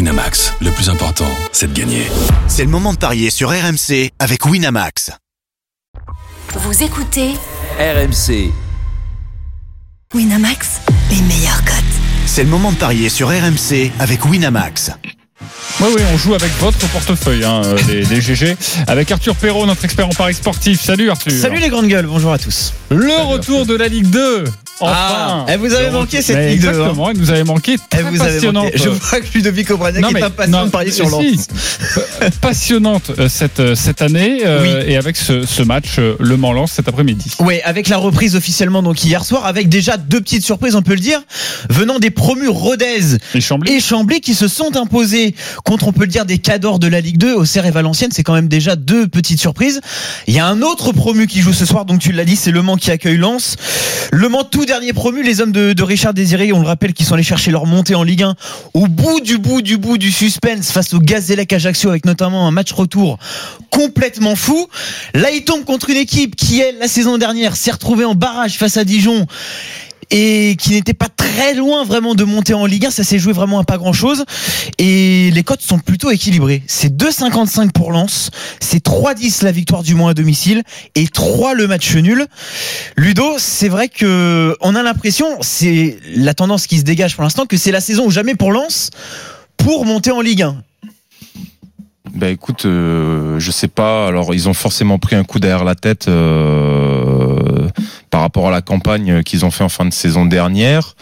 Winamax, le plus important, c'est de gagner. C'est le moment de parier sur RMC avec Winamax. Vous écoutez RMC. Winamax, les meilleurs cotes. C'est le moment de parier sur RMC avec Winamax. Oui, oui, on joue avec votre portefeuille, hein, euh, des, des GG. Avec Arthur Perrault, notre expert en Paris sportif. Salut Arthur. Salut les grandes gueules, bonjour à tous. Le retour de la Ligue 2. Enfin. Ah, eh, vous avez Le manqué retour- cette Mais Ligue 2, hein. Exactement, il nous avait manqué. Eh, Très vous avez passionnante. manqué. Je vois que Ludovic Obraniak Non, est mais- pas patient non, de parier sur si. Lens. Euh, passionnante euh, cette, euh, cette année euh, et avec ce, ce match euh, Le Mans Lens cet après-midi. Ouais, avec la reprise officiellement donc hier soir, avec déjà deux petites surprises, on peut le dire, venant des promus Rodez Les Chamblés. et Chamblay qui se sont imposés contre, on peut le dire, des cadors de la Ligue 2 au CR et Valenciennes. C'est quand même déjà deux petites surprises. Il y a un autre promu qui joue ce soir, donc tu l'as dit, c'est Le Mans qui accueille Lens. Le Mans, tout dernier promu, les hommes de, de Richard Désiré, on le rappelle, qui sont allés chercher leur montée en Ligue 1 au bout du bout du bout du suspense face au Gazélec Ajaccio avec notamment un match retour complètement fou. Là, il tombe contre une équipe qui, elle, la saison dernière, s'est retrouvée en barrage face à Dijon et qui n'était pas très loin vraiment de monter en Ligue 1. Ça s'est joué vraiment à pas grand chose. Et les cotes sont plutôt équilibrées. C'est 2,55 pour Lens, c'est 3,10 la victoire du moins à domicile et 3 le match nul. Ludo, c'est vrai que on a l'impression, c'est la tendance qui se dégage pour l'instant, que c'est la saison ou jamais pour Lens pour monter en Ligue 1. Bah écoute, euh, je sais pas. Alors ils ont forcément pris un coup derrière la tête euh, par rapport à la campagne qu'ils ont fait en fin de saison dernière.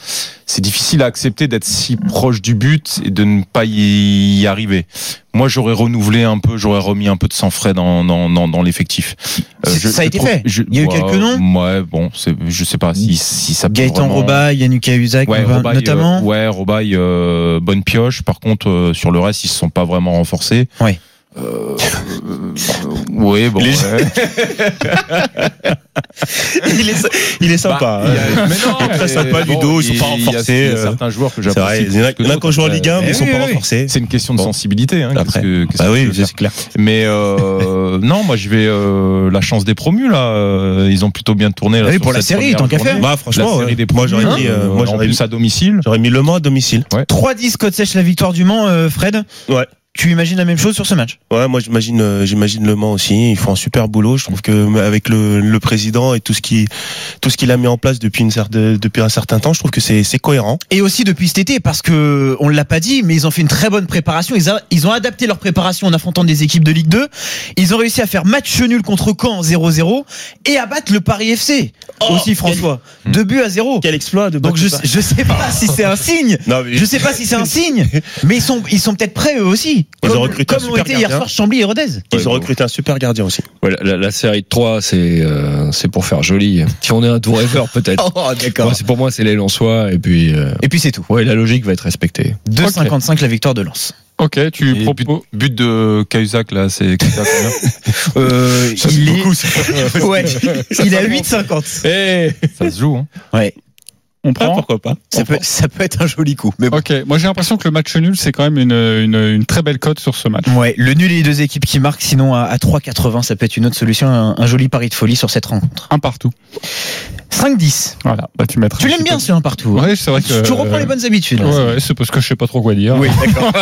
C'est difficile à accepter d'être si proche du but et de ne pas y arriver. Moi, j'aurais renouvelé un peu, j'aurais remis un peu de sang frais dans dans dans, dans l'effectif. Euh, C'est- ça a été trouve- fait. Il y a eu ouais, quelques noms. Ouais, bon, c'est- je sais pas si si ça. peut Gaëtan Ah bah, vraiment- hein. Roba, Yannick Cahuzac Ouais, notamment. Robaille, euh, ouais, Robaille, euh, bonne pioche. Par contre, euh, sur le reste, ils se sont pas vraiment renforcés. Ouais. Euh, euh, ouais, bon. ouais. il, est, il est sympa. hein. Bah, il y a- mais non, hein. Très mais sympa, bon, Ludo, ils sont il- pas il y a- renforcés, il y a euh, certains joueurs que C'est vrai, j'apprécie. il y en a- il y en a plus que qui ont joué en d'autres, Ligue 1, mais euh, ils sont oui, pas oui, oui. renforcés. C'est une question de Bon. sensibilité. Hein, qu'est-ce Après. que- qu'est-ce Bah que tu oui, veux faire c'est clair. Mais euh, non, moi je vais euh, la chance des promus là. euh, Ils ont plutôt bien tourné. là, Ah oui, sur pour la cette série, première tant qu'à faire. journée. Bah, La franchement, série ouais. des moi promus, j'aurais mis, euh, euh, moi en j'aurais plus mis, à domicile. j'aurais mis Le Mans à domicile. 3-10 côte sèche la victoire du Mans, euh, Fred. Ouais. Tu imagines la même chose sur ce match Ouais, moi j'imagine, euh, j'imagine Le Mans aussi. Ils font un super boulot. Je trouve que euh, avec le, le président et tout ce qui, tout ce qu'il a mis en place depuis une cer- de- depuis un certain temps, je trouve que c'est, c'est cohérent. Et aussi depuis cet été, parce que on l'a pas dit, mais ils ont fait une très bonne préparation. Ils, a- ils ont adapté leur préparation en affrontant des équipes de Ligue 2. Ils ont réussi à faire match nul contre Caen en 0-0 et à battre le Paris FC. aussi François, deux buts à zéro. Quel exploit de Donc je, sais. je sais pas si c'est un signe. Non, mais Je sais pas si c'est un signe, mais ils sont ils sont peut-être prêts eux aussi. Ils ont Comme- recruté un comme ont super été hier gardien. soir Chambly et Rodez. ils ont recruté un super gardien aussi. Ouais, la- la, la série de 3, c'est euh, c'est pour faire joli. Si on est un tour ever, peut-être. Oh Moi, d'accord. c'est pour moi, c'est les Lensois. Et puis, euh, Et puis c'est tout. ouais, la logique va être respectée. 2,55 la victoire de Lens. Ok, tu Et but, proposes. but de Cahuzac là, c'est c'est à combien Euh, il est, ouais, il est à 8,50. ça se joue. Hein. On prend. pourquoi pas Ça peut, ça peut être un joli coup. Mais bon. Ok, moi j'ai l'impression que le match nul, c'est quand même une, une, une très belle cote sur ce match. Ouais, le nul et les deux équipes qui marquent, sinon à, à 3,80, ça peut être une autre solution, un, un joli pari de folie sur cette rencontre. Un partout. 5-10. Voilà, bah, tu mettras. Tu l'aimes bien celui-là partout. hein Ouais, c'est vrai que. tu reprends les bonnes habitudes. là. Ouais, ouais, c'est parce que je sais pas trop quoi dire. Oui, d'accord.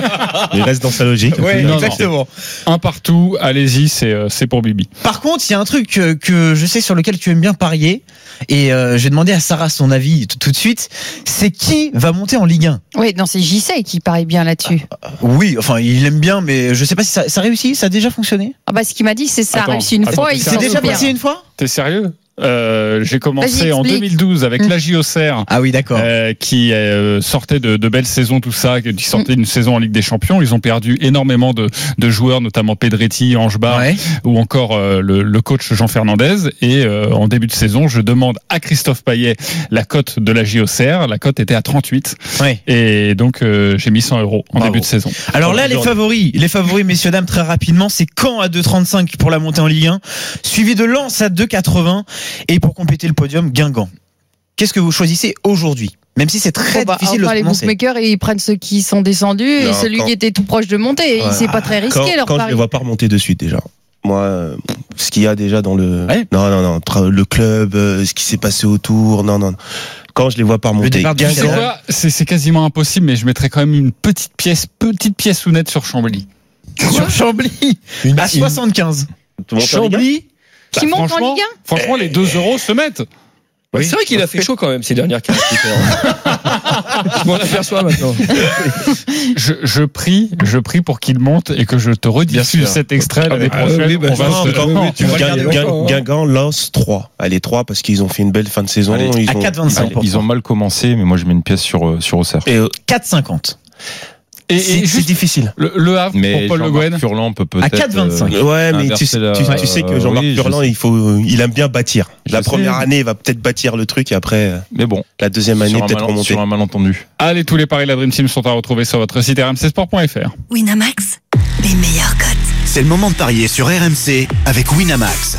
Il reste dans sa logique. Ouais, Non, non. exactement. Un partout, allez-y, c'est euh, c'est pour Bibi. Par contre, il y a un truc euh, que je sais sur lequel tu aimes bien parier, et euh, je vais demander à Sarah son avis t- tout de suite, c'est qui va monter en Ligue 1 Oui, non, c'est JC qui parie bien là-dessus. Ah, Oui, enfin, il aime bien, mais je sais pas si ça, ça réussit, ça a déjà fonctionné. Ah bah, ce qu'il m'a dit, c'est ça Attends, a réussi une attends, fois, Ah, c'est il ça, s'en C'est déjà souvient. passé une fois T'es sérieux Euh, J'ai commencé Vas-y, en explique. 2012 avec Mm. la JOCR. Ah oui, d'accord. euh, qui euh, sortait de, de belles saisons, tout ça, qui Mm. sortait d'une saison en Ligue des Champions. Ils ont perdu énormément de, de joueurs, notamment Pedretti, Angebar, Ouais. ou encore euh, le, le coach Jean Fernandez. Et euh, en début de saison, je demande à Christophe Payet la cote de la JOCR. La cote était à 38. Ouais. Et donc, euh, j'ai mis 100 euros en Bravo. début de saison. Alors là, les Aujourd'hui. favoris, les favoris, messieurs, dames, très rapidement, c'est Caen à 2,35 pour la montée en Ligue 1, suivi de Lens à 2,80 et pour compléter le podium, Guingamp. Qu'est-ce que vous choisissez aujourd'hui Même si c'est très Bon, bah, difficile enfin, de les se prononcer. bookmakers, ils prennent ceux qui sont descendus et Non, celui quand- qui était tout proche de monter. Ouais. Et C'est pas très Quand, risqué leur quand je les pari. vois pas remonter de suite déjà. moi, euh, ce qu'il y a déjà dans le. Ouais. Non, non, non. tra- Le club, euh, ce qui s'est passé autour. Non, non. non. Quand je les vois pas remonter. départ du C'est Gazan. Gazan, quoi C'est c'est quasiment impossible, mais je mettrais quand même une petite pièce, petite pièce sous nette sur Chambly. Sur Chambly Une- Bah, à une- 75. tout le monde en Ligue un. Chambly Qui Bah, monte en franchement, Ligue Franchement, les 2 euros se mettent. Oui. Bah, C'est vrai qu'il a fait chaud quand même ces dernières 15 minutes. Je m'en aperçois maintenant. Je, je prie, je prie pour qu'il monte et que je te rediffuse sûr. cet extrait l'année Ah, prochaine. oui, bah, on va non, se- mais quand- non, oui, tu on va vas Guin- garder- regarder Guin- longtemps, hein. Guingamp lance 3. Allez, 3 parce qu'ils ont fait une belle fin de saison. Allez, ils à ont- 4,25. Allez. Ils ont mal commencé, mais moi je mets une pièce sur, euh, sur Auxerre. Et, euh, 4,50. Et, c'est- et c'est juste difficile. le, le Havre Mais pour Paul Le Guen. Jean-Marc Furlan peut peut-être. euh, 4,25. Ouais, mais tu, inverser la- tu- tu sais que euh, Jean-Marc oui, je Furlan, sais. il faut, euh, il aime bien bâtir. Je La sais. première année, il va peut-être bâtir le truc et après, euh, mais bon, la deuxième année, sur, un peut-être mal- remonter. sur un malentendu. Allez, tous les paris de la Dream Team sont à retrouver sur votre site rmcsport.fr. Winamax, les meilleurs cotes. C'est le moment de parier sur RMC avec Winamax.